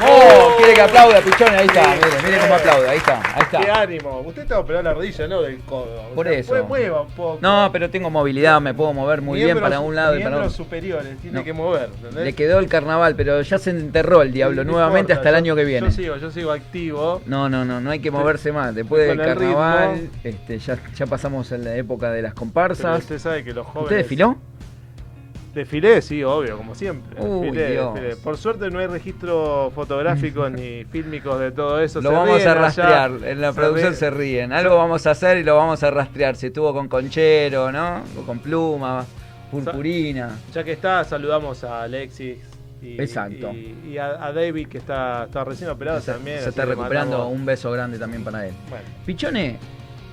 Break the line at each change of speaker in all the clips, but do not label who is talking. Uh.
que aplauda, pichón, ahí está, mire, mire cómo aplaude, ahí está, ahí
Qué
está.
ánimo. Usted está operando la rodilla, ¿no? Del codo. O
Por
sea,
eso.
mue- Mueva un poco.
No, pero tengo movilidad, me puedo mover muy bien
Miembros-
para un lado y para
miembros
otro.
superiores, tiene
No.
que mover. ¿entendés?
Le quedó el carnaval, pero ya se enterró el diablo
No
nuevamente
importa,
hasta el
yo-
año que viene.
Yo sigo, yo sigo activo.
No, no, no, no hay que moverse más. Después del
Con el ritmo.
carnaval, este, ya, ya pasamos en la época de las
Pero este
comparsas.
usted sabe que los jóvenes.
¿Usted desfiló?
Desfilé, sí, obvio, como siempre.
Uy,
Desfilé,
Dios.
desfilé. Por suerte no hay registros fotográficos ni fílmicos de todo eso.
Lo
Se
vamos
ríen
a
allá.
rastrear. En la
Se
producción
ríen.
se ríen. Algo vamos a hacer y lo vamos a rastrear. Si estuvo con conchero, ¿no? O con pluma, purpurina.
Ya que está, saludamos a Alexis. Y,
Exacto.
Y, y a, a David, que está, está recién operado
Se,
también.
se
así
está
que
recuperando.
mandamos-
Un beso grande también para él.
Bueno.
Pichone,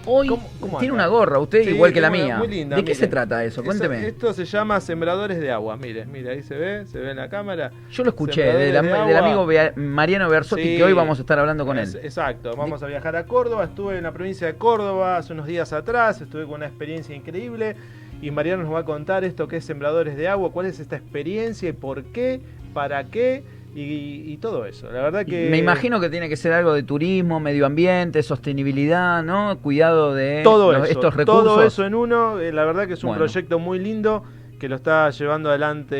hoy
¿Cómo- cómo
tiene
anda?
una gorra, usted
Sí,
igual que la
tengo una
mía.
muy linda,
¿De qué
mire.
se trata eso? Cuénteme.
esto se llama Sembradores de Agua. Mire, mire, ahí se ve, se ve en la cámara.
Yo lo escuché
Sembradores
del, am-
de
del
agua.
amigo Bea- Mariano Berzotti,
Sí.
que hoy vamos a estar hablando con
Es-
él.
Exacto, vamos a viajar a Córdoba. Estuve en la provincia de Córdoba hace unos días atrás, estuve con una experiencia increíble y Mariano nos va a contar esto que es Sembradores de Agua, cuál es esta experiencia y por qué, para qué y, y todo eso. La verdad que...
Me imagino que tiene que ser algo de turismo, medio ambiente, sostenibilidad, ¿no? Cuidado de
todo
los-
eso,
estos recursos.
todo eso en uno. Eh, La verdad que es un
Bueno.
proyecto muy lindo que lo está llevando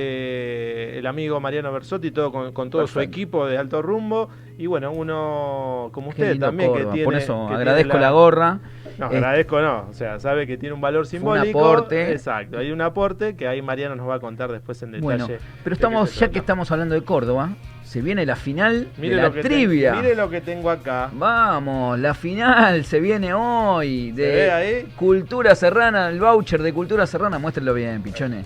adelante el amigo Mariano Bersotti, todo con, con todo su
Perfecto.
equipo de alto rumbo. Y bueno, uno como
Qué
usted
lindo
también
Córdoba.
que tiene.
Por
que
eso
tiene
agradezco la... gorra.
No,
Eh,
agradezco no, o sea, sabe que tiene un valor
un
simbólico.
aporte.
Exacto, hay un aporte que ahí Mariano nos va a contar después en detalle.
Bueno,
de qué
pero estamos,
se
ya
trata.
que estamos hablando de Córdoba, se viene la final
Mire
de
lo
la
que te-
trivia.
mire lo que tengo acá.
Vamos, la final se viene hoy
¿Se ve
de
ahí?
Cultura Serrana, el voucher de Cultura Serrana, muéstrenlo bien, pichones.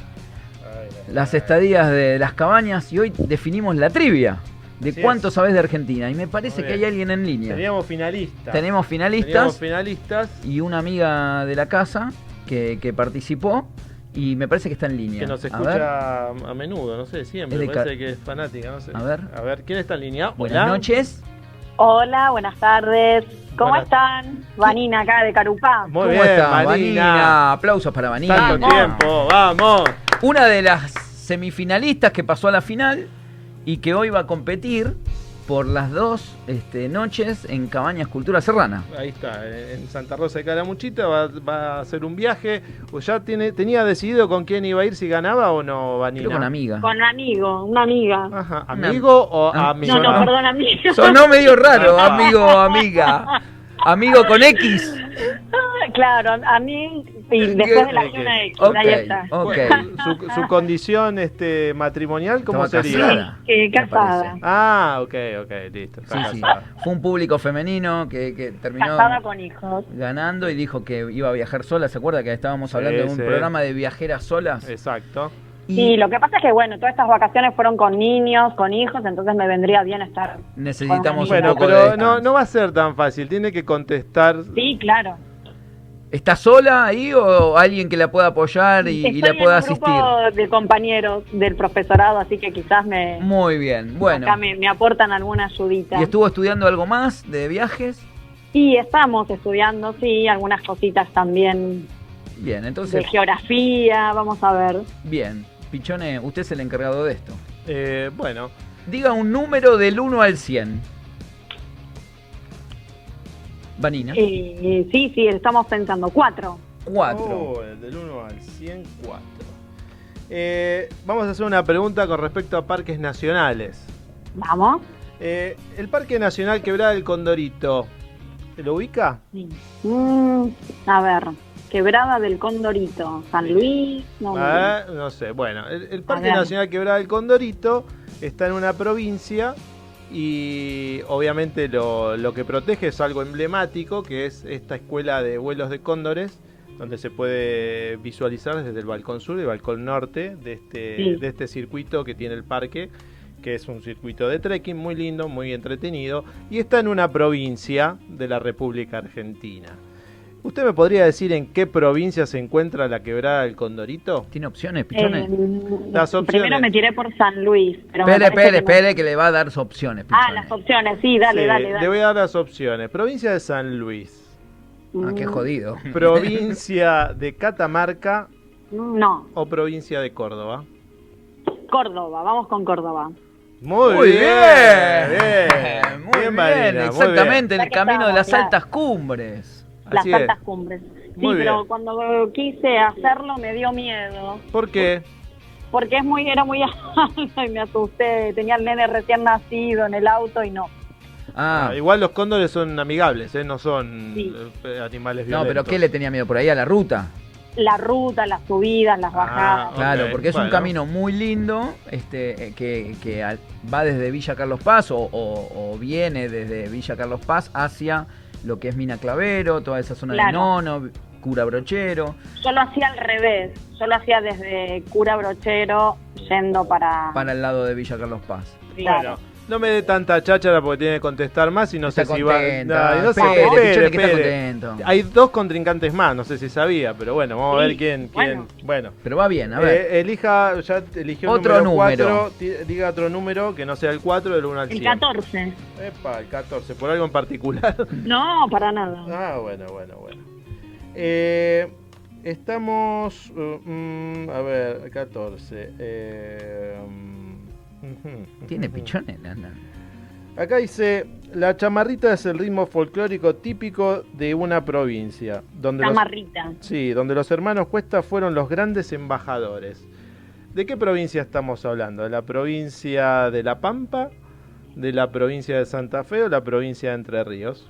Ay, ay,
Las
ay.
estadías de las cabañas y hoy definimos la trivia de
Así
cuánto
es.
sabes de Argentina y me parece
Muy
que hay
bien.
alguien en línea.
Teníamos finalistas.
Tenemos
Teníamos
finalistas
finalistas.
y una amiga de la casa que, que participó y me parece que está en línea.
Que nos
A ver,
escucha a, a menudo, no sé, siempre.
Es de
parece
Cal-
que es fanática, no sé.
A ver.
A ver, ¿quién está en línea?
buenas
Hola.
noches.
Hola, buenas tardes. ¿Cómo
Buenas-
están? Vanina acá de Carupá.
Muy
¿Cómo
bien,
está,
Vanina.
Aplausos para Vanina.
Tanto
Vamos.
tiempo, vamos.
Una de las semifinalistas que pasó a la final y que hoy va a competir por las dos este, noches en Cabañas Cultura Serrana.
Ahí está, eh, en en Santa Rosa de Calamuchita va, va a hacer un viaje. O ya tiene, tenía decidido con quién iba a ir, si ganaba o no, Vanina.
Creo con amiga.
Con un amigo, una amiga.
Ajá,
Una-
¿amigo o
Ah,
amigo?
No, no,
sonó-
perdón, amigo.
Sonó medio raro,
Ah.
amigo, amiga. Amigo con X.
claro, a- a mí y después de la
Ok.
cena X,
Ok,
ahí está.
ok.
Su, su condición este, matrimonial, ¿cómo
Estaba
sería?
casada.
Eh,
me
casada.
parece.
Ah, ok, ok, listo.
Sí,
está
sí.
casada.
Fue un público femenino que, que terminó
Casada con hijos.
ganando y dijo que iba a viajar sola. ¿Se acuerda que estábamos hablando
Sí,
de un
sí.
programa de viajeras solas?
Exacto.
Y
Sí, lo que pasa es que, bueno, todas estas vacaciones fueron con niños, con hijos, entonces me vendría bien estar.
necesitamos un
Bueno,
poco de
pero
distancia.
no, no va a ser tan fácil. Tiene que contestar.
Sí, claro.
¿Está sola ahí o alguien que la pueda apoyar y, y
Estoy
la pueda
en un
asistir?
grupo de compañeros del profesorado, así que quizás me,
Muy bien, bueno.
acá me, me aportan alguna ayudita.
¿Y estuvo estudiando algo más de viajes?
Sí, estamos estudiando, sí, algunas cositas también
Bien, entonces,
de geografía, vamos a ver.
bien. Pichone, usted es el encargado de esto.
Eh, bueno,
Diga un número del 1 al 100. Vanina,
Eh, sí, sí, estamos pensando. Cuatro.
4.
Oh, del 1 al 100, 4. Eh, vamos a hacer una pregunta con respecto a parques nacionales.
Vamos.
Eh, el Parque Nacional Quebrada del Condorito, ¿lo ubica?
Sí. Mm, a ver, Quebrada del Condorito, San Luis. No,
Ah, no sé, bueno, el, el Parque
ver.
Nacional Quebrada del Condorito está en una provincia y obviamente lo, lo que protege es algo emblemático, que es esta escuela de vuelos de cóndores, donde se puede visualizar desde el balcón sur y el balcón norte de este,
Sí.
de este circuito que tiene el parque, que es un circuito de trekking muy lindo, muy entretenido, y está en una provincia de la República Argentina. ¿Usted me podría decir en qué provincia se encuentra la quebrada del Condorito?
¿Tiene opciones,
Eh,
Pichone?
Las opciones.
primero me tiré por San Luis. Pero me
Espere,
parece
espere,
que no.
espere, que le va a dar opciones, Pichone.
Ah, las opciones, sí, dale,
Sí,
dale, dale.
Le voy a dar las opciones. Provincia de San Luis,
Ah, qué jodido.
provincia de Catamarca
Mm, No,
o provincia de Córdoba.
Córdoba, vamos con Córdoba.
Muy,
Muy
bien.
bien, muy bien,
Marina, muy bien.
exactamente,
Ya
el
que
camino de
estábamos,
las
claro.
altas cumbres.
Las
Así es.
altas cumbres. Sí,
Muy
pero
bien.
cuando quise hacerlo me dio miedo,
¿Por qué?
porque es muy era muy alto y me asusté. Tenía el nene recién nacido en el auto y no.
Ah,
Ah, igual los cóndores son amigables, ¿eh? no son
Sí.
eh, animales
no,
violentos.
pero ¿qué le tenía miedo? Por ahí a la ruta.
La ruta, las subidas, las
Ah,
bajadas.
Claro,
Ok,
porque es un
bueno.
camino muy lindo este, eh, que, que al- va desde Villa Carlos Paz o, o- o viene desde Villa Carlos Paz hacia lo que es Mina Clavero, toda esa zona de
Claro.
Nono, Cura Brochero,
Yo lo hacía al revés. Yo lo hacía desde Cura Brochero yendo para.
para el lado de Villa Carlos Paz.
claro.
Bueno, no me dé tanta cháchara porque tiene que contestar más y no
está
sé si va.
contento,
Ay, no sé,
espere,
espere,
escuchale que está
espere.
contento.
Hay dos contrincantes más, no sé si sabía, pero bueno, vamos a
Sí,
ver quién. quién
bueno.
bueno.
Pero va bien, a ver.
Eh, elija, ya eligió
Otro
el
número.
número 4, diga otro número que no sea el 4 del 1 al 100.
El 14.
Epa, el 14, por algo en particular.
No, para nada.
Ah, bueno, bueno, bueno. Eh, estamos. uh, mm, a ver, 14. eh, mm, ujú,
Tiene
ujú.
pichones, anda.
Acá dice: La chamarrita es el ritmo folclórico típico de una provincia. Donde los,
Chamarrita.
sí, donde los hermanos Cuesta fueron los grandes embajadores. ¿De qué provincia estamos hablando? ¿De la provincia de La Pampa? ¿De la provincia de Santa Fe o la provincia de Entre Ríos?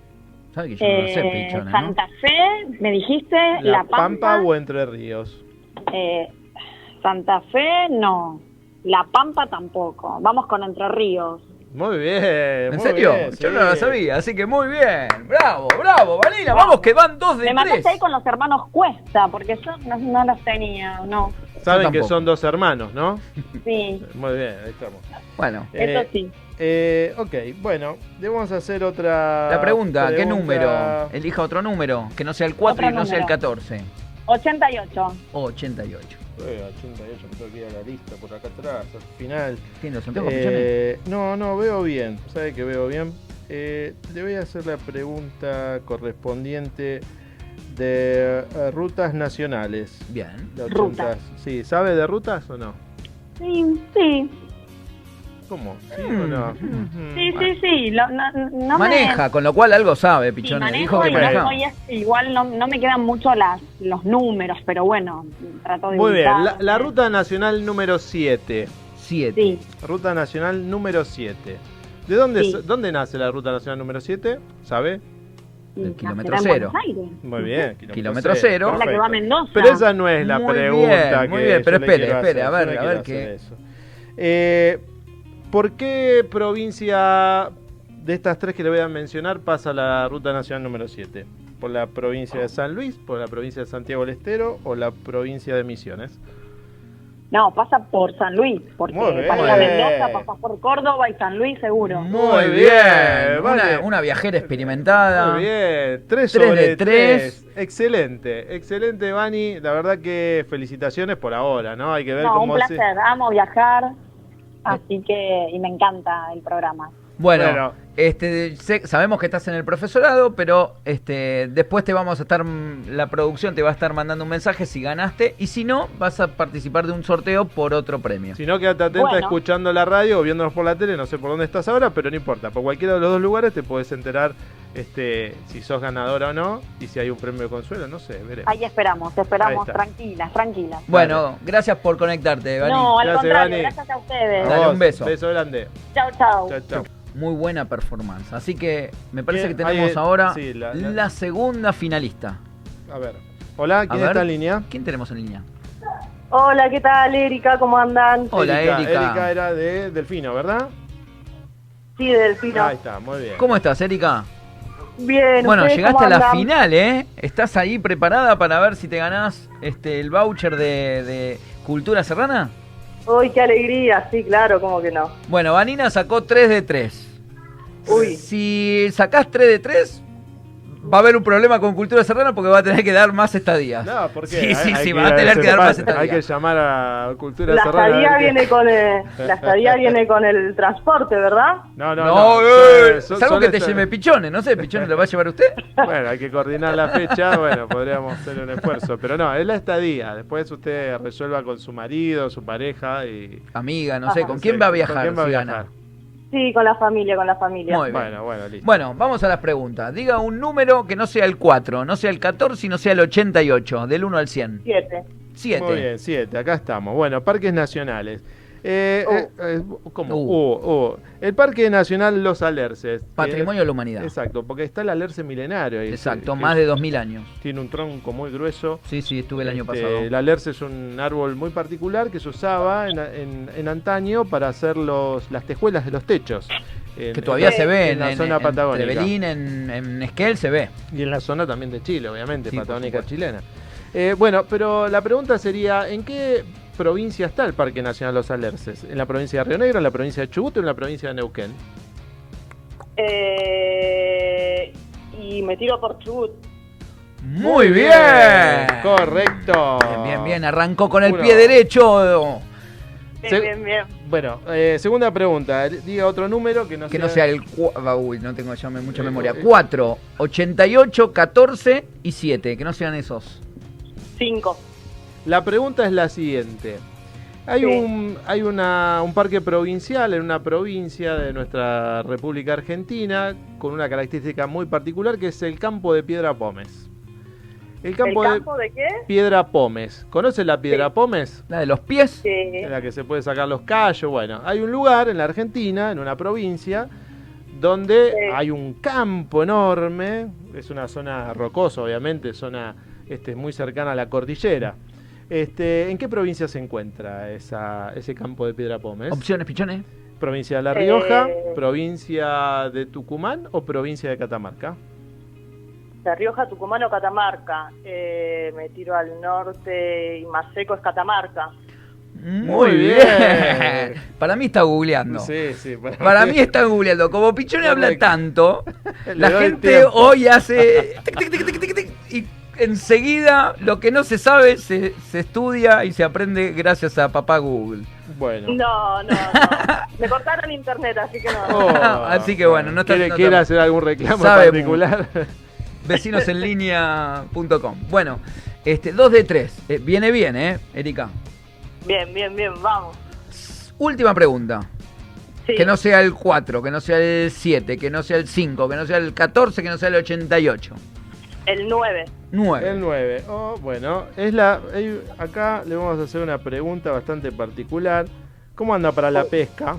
Sabe que yo no lo sé
Eh,
pichones, ¿no?
Santa Fe, me dijiste, La, Pampa.
Pampa o Entre Ríos?
eh, Santa Fe, no. La Pampa tampoco. Vamos con Entre Ríos.
Muy bien.
¿En
muy
serio?
bien,
Yo
sí.
no lo sabía, así que muy bien. Bravo, bravo, Vanina, vamos que van dos de
Me
tres.
mataste ahí con los hermanos Cuesta, porque yo no, no los tenía, no.
Yo
Saben que
tampoco.
son dos hermanos, ¿no?
Sí,
Muy bien, ahí estamos.
Bueno,
Eh,
eso sí.
eh, ok, bueno, debemos hacer otra.
la pregunta, ¿qué
pregunta.
número? Elija otro número, que no sea el 4 y
Otro
no sea el
número.
14.
88.
O 88.
Eh, 88, me tengo que ir a la lista por acá atrás, al final.
¿Tiene los anteojos, pichones?
Eh, no, no, veo bien. ¿Sabe que veo bien? Eh, le voy a hacer la pregunta correspondiente de eh, rutas nacionales.
Bien.
De
Rutas.
80. Sí, ¿sabe de rutas o no?
Sí, sí,
¿Cómo? ¿Sí o no? Mm,
sí,
bueno.
sí, sí. lo- no, no me-
maneja, con lo cual algo sabe,
Sí,
pichones. Dijo
manejo
que
y no
maneja.
manejaba.
soy es- igual no, no me quedan mucho las, los números, pero bueno, trato de
Muy bien, la,
ubicar.
la ruta nacional número 7.
7.
Sí,
Ruta nacional número 7. ¿De dónde,
Sí.
s- dónde nace la ruta nacional número 7? ¿Sabe?
El
sí,
kilómetro
nacerá en
cero.
Buenos Aires.
Muy bien.
Kilómetro cero.
Es la que va a
perfecto.
Mendoza.
Pero esa no es la
Muy
pregunta.
bien, muy
que
bien,
yo
pero
le
espere,
quiero hacer.
espere, a ver,
Yo le
a
quiero
ver qué-
hacer eso. Eh, ¿Por qué provincia de estas tres que le voy a mencionar pasa la ruta nacional número 7? ¿Por la provincia de San Luis, por la provincia de Santiago del Estero o la provincia de Misiones?
No, pasa por San Luis, porque
Muy bien.
para la Mendoza pasas por Córdoba y San Luis seguro.
Muy
Muy
bien.
bien,
Una,
vale.
una viajera experimentada.
Muy bien, 3
Tres de
sobre
tres.
3. Excelente, excelente, Vani. La verdad que felicitaciones por ahora, ¿no? Hay que ver
No, un
cómo se-
placer, amo viajar, así que, y me encanta el programa.
Bueno,
Bueno.
este, sé- sabemos que estás en el profesorado, pero este, después te vamos a estar, mm, la producción te va a estar mandando un mensaje si ganaste y si no, vas a participar de un sorteo por otro premio.
Si no, quédate atenta
Bueno.
escuchando la radio o viéndonos por la tele, no sé por dónde estás ahora, pero no importa. Por cualquiera de los dos lugares te podés enterar este, si sos ganadora o no y si hay un premio de consuelo, no sé, veremos.
Ahí esperamos, esperamos,
Ahí está.
tranquilas, tranquilas.
Bueno, gracias por conectarte, Vani.
No, al
Gracias,
contrario,
Vani.
gracias a
A
ustedes.
Dale
vos,
un beso.
Beso grande.
Chao, chao.
Chao, chao.
Muy buena performance. Así que me parece que
Bien,
tenemos
ahí,
ahora
sí,
la,
la- la-
segunda finalista.
A ver. Hola, ¿quién
A ver.
está en línea?
¿Quién tenemos en línea?
Hola, ¿qué tal, Erika? ¿Cómo
Oh.
andan?
Hola, Erika.
Erika era de Delfino, ¿verdad?
Sí, Delfino.
Ahí está, muy bien.
¿Cómo estás, Erika?
Bien,
Bueno,
¿ustedes
llegaste
cómo
a la
andan?
final, ¿eh? ¿Estás ahí preparada para ver si te ganás este, el voucher de, de Cultura Serrana?
Uy, qué alegría, sí, claro, ¿cómo que no?
Bueno, Vanina sacó 3 de 3.
Uy.
Si sacás 3 de 3, va a haber un problema con Cultura Serrana porque va a tener que dar más estadías.
No, porque
Sí, sí, sí, va a tener que dar más
Hay que
estadías.
llamar a Cultura
La
Serrana. a ver
estadía
qué-
viene con eh, la estadía viene con el transporte, ¿verdad?
No, no,
No,
no.
eh,
eh, son-
salvo
son
que te
esta-
lleve pichones, no sé, pichones lo va a llevar usted.
Bueno, hay que coordinar la fecha, bueno, podríamos hacer un esfuerzo, pero no, es la estadía. Después usted resuelva con su marido, su pareja y...
Amiga, no sé,
Ajá.
¿con quién va a
¿Con
viajar?
quién va a
si
viajar?
gana?
Sí, con la familia, con la familia.
Muy bien.
Bueno, bueno, listo.
Bueno, vamos a las preguntas. Diga un número que no sea el 4, no sea el 14, sino sea el 88, del 1 al 100.
Siete.
7.
Muy bien, siete, acá estamos. Bueno, parques nacionales. Eh,
Uh.
eh, eh, ¿Cómo?
Oh. Uh.
Uh, uh. El Parque Nacional Los Alerces. eh,
Patrimonio de la humanidad.
Exacto, porque está el alerce milenario. ahí,
Exacto,
que-
más de 2.000 años.
Tiene un tronco muy grueso.
Sí, sí, estuve el año
Este,
pasado.
El alerce es un árbol muy particular que se usaba en, en- en antaño para hacer los, las tejuelas de los techos. En-
Que todavía
en-
se ve
en
en,
la
en-
zona
en
patagónica.
Trevelin, en, en Esquel se ve.
Y en la zona también de Chile, obviamente,
Sí, por
patagónica
supuesto.
chilena. Eh, bueno, pero la pregunta sería, ¿en qué provincia está el Parque Nacional Los Alerces? ¿En la provincia de Río Negro, en la provincia de Chubut o en la provincia de Neuquén?
Eh, y me tiro por Chubut.
Muy bien.
Correcto.
Bien, bien, bien, arrancó con el
Uno.
pie derecho.
Bien,
Se-
bien, bien.
Bueno, eh, segunda pregunta. Diga otro número que no
Que
sea...
no sea el... cua- ah, Uy, no tengo ya me- mucha
Eh,
memoria.
eh.
4, 88, 14 y 7. Que no sean esos.
Cinco.
La pregunta es la siguiente. Hay,
Sí.
un, hay una- un parque provincial en una provincia de nuestra República Argentina con una característica muy particular que es el campo de Piedra Pómez. El campo,
¿El campo de qué?
de Piedra Pómez. ¿Conoce la Piedra Pómez?
La de los pies.
Sí.
En la que se puede sacar los callos. Bueno, hay un lugar en la Argentina, en una provincia, donde
Sí.
hay un campo enorme. Es una zona rocosa, obviamente, zona este, muy cercana a la cordillera. Este, ¿En qué provincia se encuentra esa- ese campo de Piedra Pómez?
Opciones, pichones.
¿Provincia de La Rioja,
Eh.
provincia de Tucumán o provincia de Catamarca?
La Rioja, Tucumán o Catamarca. Eh, me tiro al norte y más seco es Catamarca.
Muy bien.
bien.
Para mí está googleando.
Sí, sí. Para,
Para mí está googleando. Como Pichone habla tanto,
Le
la
doy
gente
tiempo.
hoy hace. tic, tic, tic, tic, tic, tic, y enseguida lo que no se sabe se, se estudia y se aprende gracias a papá Google.
Bueno.
No, no, no. me cortaron internet, así que no.
Oh,
Así que bueno, no está-
¿Quiere,
no
quiere
está-
hacer algún reclamo
Sabe
particular?
Vecinosenlinea.com. Bueno, este, 2 de 3. viene bien, ¿eh, Erika?
Bien, bien, bien, vamos.
Última pregunta.
Sí.
Que no sea el 4, que no sea el 7, que no sea el 5, que no sea el 14, que no sea el 88.
El 9.
9.
El 9. Oh, bueno, es la hay- acá le vamos a hacer una pregunta bastante particular. ¿Cómo anda para la pesca?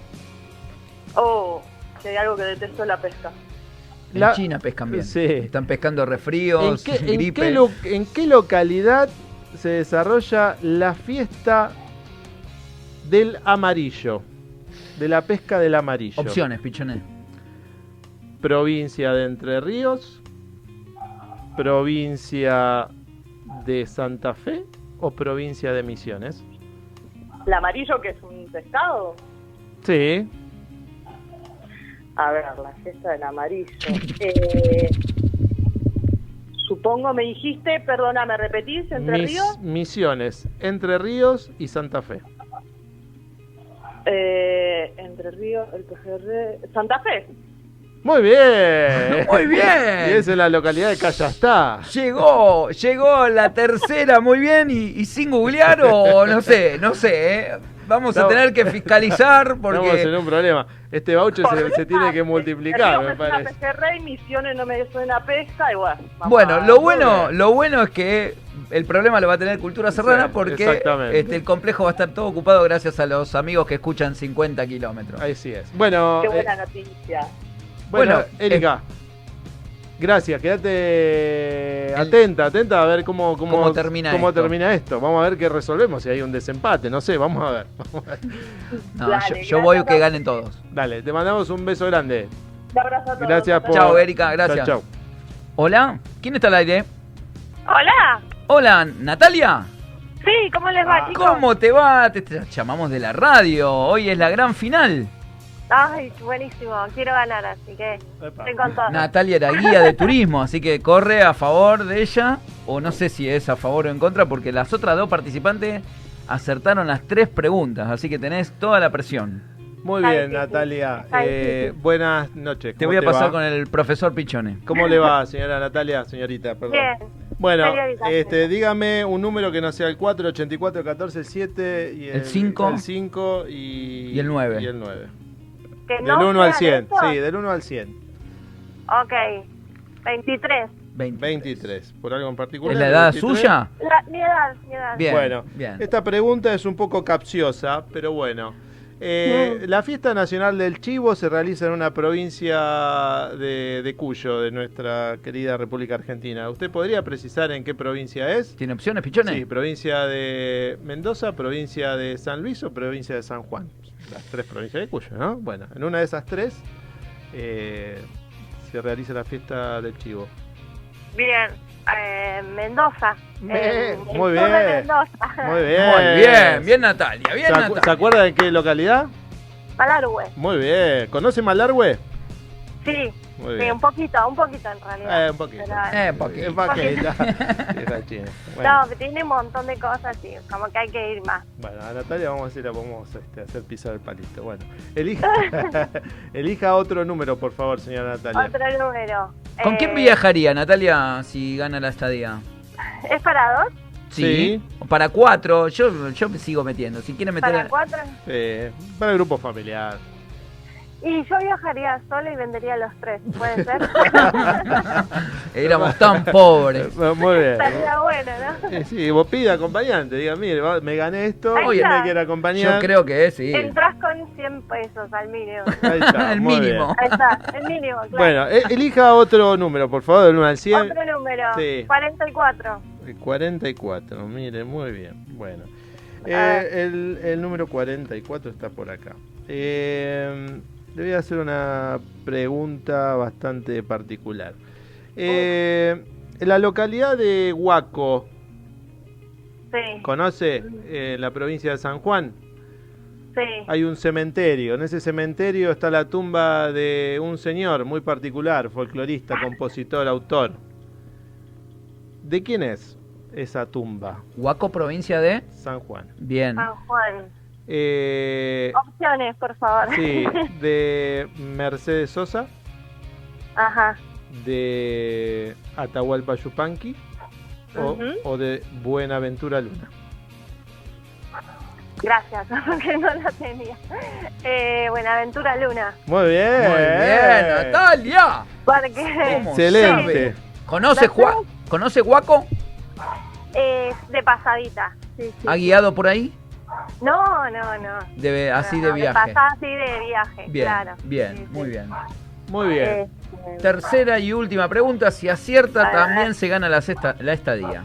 Oh, si hay algo que detesto es la pesca.
En
La-
China pescan bien.
Sí.
Están pescando
¿En
refríos,
qué, en
gripe.
qué lo- en qué localidad se desarrolla la fiesta del amarillo? De la pesca del amarillo.
Opciones, pichones.
Provincia de Entre Ríos, provincia de Santa Fe o provincia de Misiones.
¿El amarillo que es un pescado?
Sí,
A ver, la fiesta del amarillo. Eh, supongo me dijiste, perdona, ¿me repetís? ¿Entre
Mis-
Ríos?
Misiones, Entre Ríos y Santa Fe.
Eh, Entre Ríos, el PGR... Santa Fe.
Muy bien.
Muy bien.
Y esa es la localidad de Callastá.
Llegó, llegó la tercera muy bien y, y sin googlear o no sé, no sé. ¿eh? Vamos a
No.
tener que fiscalizar
Estamos en
porque
un problema. Este voucher se, se tiene que multiplicar, me
Entre Ríos
parece.
suena PGR y Misiones no me suena pesca y bueno. vamos
bueno,
a-
lo bueno,
bien.
lo bueno es que el problema lo va a tener Cultura Serrana
Sí,
porque
exactamente.
este, el complejo va a estar todo ocupado gracias a los amigos que escuchan 50 kilómetros.
Ahí sí es. Bueno,
Qué
eh,
buena noticia.
bueno,
Bueno,
Erika. Gracias, quédate
El-
atenta, atenta a ver cómo, cómo,
Cómo termina
cómo
esto.
termina esto. Vamos a ver qué resolvemos, si hay un desempate, no sé, vamos a ver.
No,
Dale,
yo, yo
gracias,
voy que
Pablo.
ganen todos.
Dale, te mandamos un beso grande.
Un abrazo a todos.
Gracias por...
Chao, Erika, gracias.
Chao, chao.
Hola, ¿quién está al aire?
Hola,
Hola, Natalia.
sí,
Ah,
¿cómo les va, chicos?
¿Cómo te va? Te, te llamamos de la radio. Hoy es la gran final.
Ay, buenísimo. Quiero ganar, así que
Epa.
estoy con todo.
Natalia era guía de turismo, así que corre a favor de ella, o no sé si es a favor o en contra, porque las otras dos participantes acertaron las tres preguntas, así que tenés toda la presión.
Muy
Está
bien,
difícil,
Natalia.
está
Eh,
difícil.
buenas noches.
Te
¿Cómo
voy a pasar
va?
con el profesor Pichone.
¿Cómo le va, señora Natalia? Señorita, perdón.
Bien.
Bueno,
Periodista.
este, dígame un número que no sea el 4, 84, 14, 7 y el,
El cinco.
el cinco y,
Y el nueve.
Y el 9.
Que
Del
no
1 al 100.
sean estos.
Sí, del 1 al 100.
Ok. 23.
20.
23. ¿Por algo en particular?
¿Es la edad
23.
suya?
La- mi edad, mi edad.
Bien.
bueno,
bien.
esta pregunta es un poco capciosa, pero bueno. Eh, La fiesta nacional del chivo se realiza en una provincia de, de Cuyo, de nuestra querida República Argentina. ¿Usted podría precisar en qué provincia es?
¿Tiene opciones, Pichone?
Sí, provincia de Mendoza, provincia de San Luis o provincia de San Juan. Las tres provincias de Cuyo, ¿no? Bueno, en una de esas tres eh, se realiza la fiesta del chivo.
Bien. Eh, Mendoza.
Me-
El- el
muy
sur de
bien.
Mendoza.
Muy bien.
Muy bien, bien Natalia, bien
¿Se, acu-
Natalia.
se acuerda de qué localidad?
Malargüe.
Muy bien. ¿Conoce Malargüe?
Sí.
Muy
Sí,
bien.
un poquito, un poquito en realidad.
Eh, un poquito.
Pero-
Eh, porque-
Es vaquera. Sí, está chido. bueno,
No, pero tiene un montón de cosas, sí. Como que hay que ir más.
bueno, a Natalia vamos a decir, la vamos este, a hacer pisar el palito. Bueno, elija, elija otro número, por favor, señora Natalia.
Otro número.
¿Con
Eh,
quién viajaría, Natalia, si gana la estadía?
¿Es para dos?
Sí.
Sí.
Para cuatro, yo, yo me sigo metiendo. Si quiere meter.
¿Para cuatro?
Eh, para el grupo familiar.
Y yo viajaría sola y vendería los tres, ¿puede ser?
Éramos tan pobres.
Eh, Muy bien.
Estaría bueno, ¿no?
Eh, sí, vos pida acompañante, diga, mire, va- me gané esto,
Ahí
¿quién
está.
me quiere acompañar?
Yo creo que es, sí.
Entras con 100 pesos al mínimo.
Ahí está,
El
muy bien.
mínimo.
Ahí está, el mínimo, claro.
Bueno, eh, elija otro número, por favor, del 1 al 100.
Otro número,
Sí.
44.
El 44, mire, muy bien. Bueno, Eh,
Ah.
el, el número 44 está por acá. Eh, le voy a hacer una pregunta bastante particular. Eh, La localidad de Huaco,
Sí,
¿conoce eh, la provincia de San Juan?
sí.
Hay un cementerio. En ese cementerio está la tumba de un señor muy particular, folclorista, compositor, autor. ¿De quién es esa tumba?
Huaco, provincia de.
San Juan.
Bien.
San Juan.
Eh,
Opciones, por favor.
sí, de Mercedes Sosa,
Ajá.
de Atahualpa Yupanqui o,
Ujú.
o de Buenaventura Luna.
Gracias, porque no la tenía. Eh, Buenaventura Luna.
Muy bien.
Muy bien, Natalia.
Porque
¿Cómo
Excelente.
sabe? ¿Conoce, Hua- ¿Conoce Huaco?
eh, de pasadita. Sí, sí.
¿Ha guiado por ahí?
No, no, no.
De, así
No,
de
me
viaje.
pasaba así de viaje,
Bien,
Ah, claro. Sí,
bien,
sí.
muy bien.
Muy bien.
Este,
Tercera y última pregunta. Si acierta,
Ah.
también se gana la, cesta- la estadía.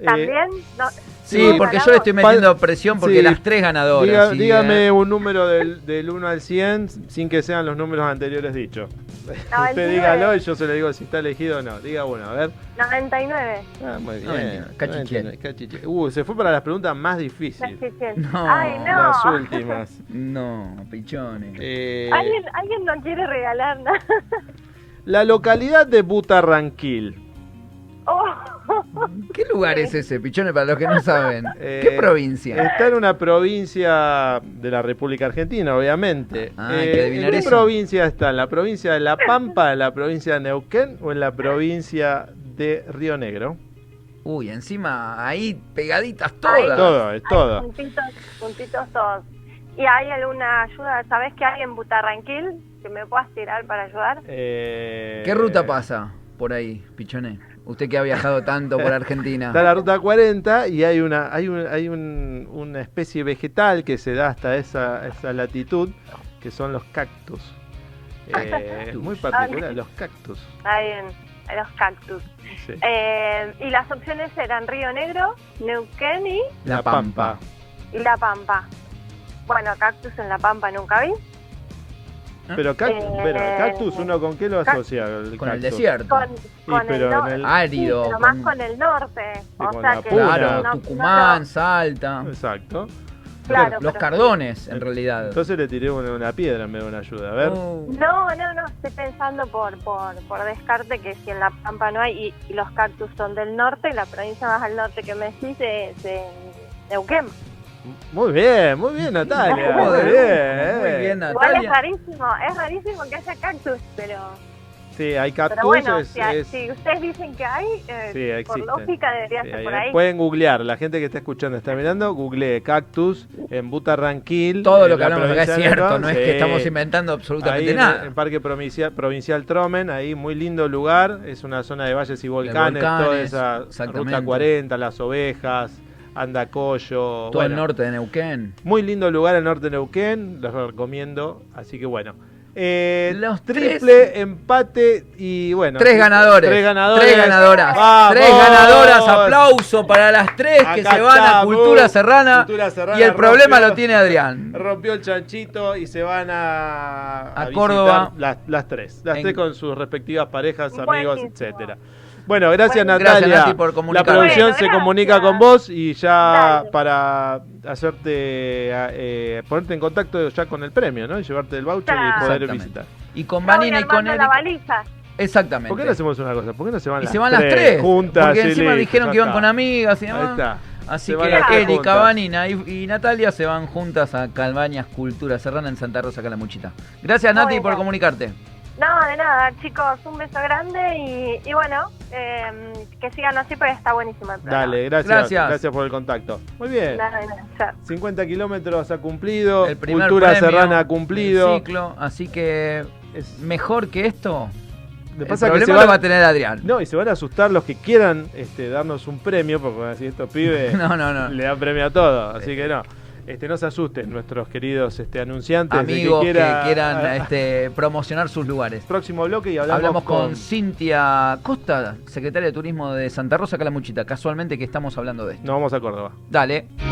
Eh,
¿También? No,
Sí,
Sí,
porque yo le estoy
Pal-
metiendo presión porque
sí.
las tres ganadoras.
diga-
sí,
dígame
eh.
un número del, del 1 al 100 sin que sean los números anteriores dichos.
No, el
Usted
nueve.
dígalo y yo se le digo si está elegido o no. Diga uno, a ver.
99.
Ah, muy bien.
No, mentira, cachichel.
99, cachichel. Uh, se fue para las preguntas más difíciles.
No.
Ay, no.
Las últimas.
No, pichones.
Eh,
¿Alguien, alguien no quiere regalar nada.
La localidad de Butarranquil.
Oh,
¿Qué lugar es ese, pichones, para los que no saben?
Eh,
¿Qué provincia?
Está en una provincia de la República Argentina, obviamente. Eh,
Ah, hay que adivinar
¿En qué
eso.
provincia está? ¿En la provincia de La Pampa, en la provincia de Neuquén o en la provincia de Río Negro?
Uy, encima ahí pegaditas todas.
Ah.
Todo, es
hay
todo.
Puntitos, puntitos todos. ¿Y hay alguna ayuda? ¿Sabes que hay en Butarranquil que me puedas tirar para ayudar?
Eh,
¿Qué ruta pasa por ahí, pichones? Usted que ha viajado tanto por Argentina.
Está la ruta 40 y hay una hay un- hay un- una especie vegetal que se da hasta esa, esa latitud, que son los cactus. Eh, es muy particular, los cactus.
Ahí en, en los cactus.
sí.
Eh, y las opciones eran Río Negro, Neuquén y,
La Pampa.
y La Pampa. Bueno, cactus en La Pampa nunca vi.
Pero, cac-
Eh,
pero cactus, ¿uno con qué lo
cac-
asocia? El
Con el
cactus?
desierto.
Con, con
pero en
el, no-
el-
Árido.
Sí, pero más
con-
con el norte.
Sí,
o
con
sea
la
que
puna.
Claro,
no- no-
Tucumán, Salta.
Exacto.
Claro,
los
pero-
cardones, en realidad.
Entonces le tiré una, una piedra en vez de una ayuda. A ver.
Oh.
No, no, no, estoy pensando por, por, por descarte que si en La Pampa no hay y, y los cactus son del norte, la provincia más al norte que me decís es eh, Neuquén.
Muy bien, muy bien, Natalia.
Joder,
Muy bien. eh.
muy bien,
Igual es
Natalia.
rarísimo, es rarísimo que haya cactus, pero,
Sí, hay
pero
cactus.
bueno,
es-
si, hay-
es-
si ustedes dicen que hay, eh,
Sí,
por
existen.
lógica debería
sí,
ser
hay-
por ahí.
Pueden googlear, la gente que está escuchando, está mirando, googlee cactus en Butarranquil.
Todo
en
lo que
la
hablamos acá es
provincia de
cierto,
Neuquén.
no es que
Sí.
estamos inventando
Ahí eh,
absolutamente
en,
nada.
en Parque Provincial, Provincial Tromen, ahí muy lindo lugar, es una zona de valles y volcanes,
volcanes,
toda esa
exactamente.
ruta 40, las ovejas, Andacollo,
Todo
bueno,
el norte de Neuquén.
muy lindo lugar el norte de Neuquén, los recomiendo, así que bueno. Eh,
Los
triple
tres-
empate y bueno.
Tres ganadores.
Tres ganadores.
Tres ganadoras.
¡Vamos!
Tres ganadoras. Aplauso para las tres que
Acá
se van a
estamos.
Cultura Serrana.
Cultura Serrana
y el
rompió.
problema lo tiene Adrián.
Rompió el chanchito y se van a,
A
visitar
Córdoba.
Las, las tres. Las
En-
tres con sus respectivas parejas, amigos,
Buenísimo.
etcétera. Bueno, gracias
Bueno.
Natalia.
Gracias, Nati, por
la
comunicarnos.
producción
Bueno,
se
gracias.
comunica con vos y ya
Dale.
para hacerte eh, ponerte en contacto ya con el premio, ¿no? Y llevarte el voucher y
Claro.
poder
Exactamente.
visitar.
Y con
Yo voy
Vanina y con
armando la
Erika.
baliza.
Exactamente.
¿Por qué no hacemos una cosa? ¿Por qué no se van
y
las
se van las tres.
juntas?
porque
y
encima
listo,
dijeron
ya
que iban
está.
con amigas y
Ahí
demás.
está.
Así
Se van
que
las tres
Erika,
juntas.
Vanina y, y Natalia se van juntas a Calbañas Cultura Serrana en Santa Rosa, Calamuchita. Gracias, Nati,
Bueno.
por comunicarte.
No, de nada, chicos, un beso grande y, y bueno, eh, que sigan así, pues está buenísimo. el programa.
Dale, gracias.
Gracias.
Gracias, por el contacto. Muy bien.
Nada, de nada, chao.
50 kilómetros ha cumplido,
El primer
Cultura
premio
Serrana ha
del
cumplido.
Ciclo, así que
Es-
mejor que esto.
me
el
pasa que
problema
se
lo
van-
va a tener Adrián.
No, y se van a asustar los que quieran este, darnos un premio, porque van a decir, estos pibes
No, no, Eh. no.
le dan premio a todo, así que no. Este, no se asusten nuestros queridos este, anunciantes. de
Amigos que,
quiera-
quieran
a- a-
este, promocionar sus lugares.
próximo bloque y hablamos,
Hablamos con,
con...
Cintia Costa, secretaria de Turismo de Santa Rosa Calamuchita, casualmente que estamos hablando de esto.
Nos vamos a Córdoba.
Dale.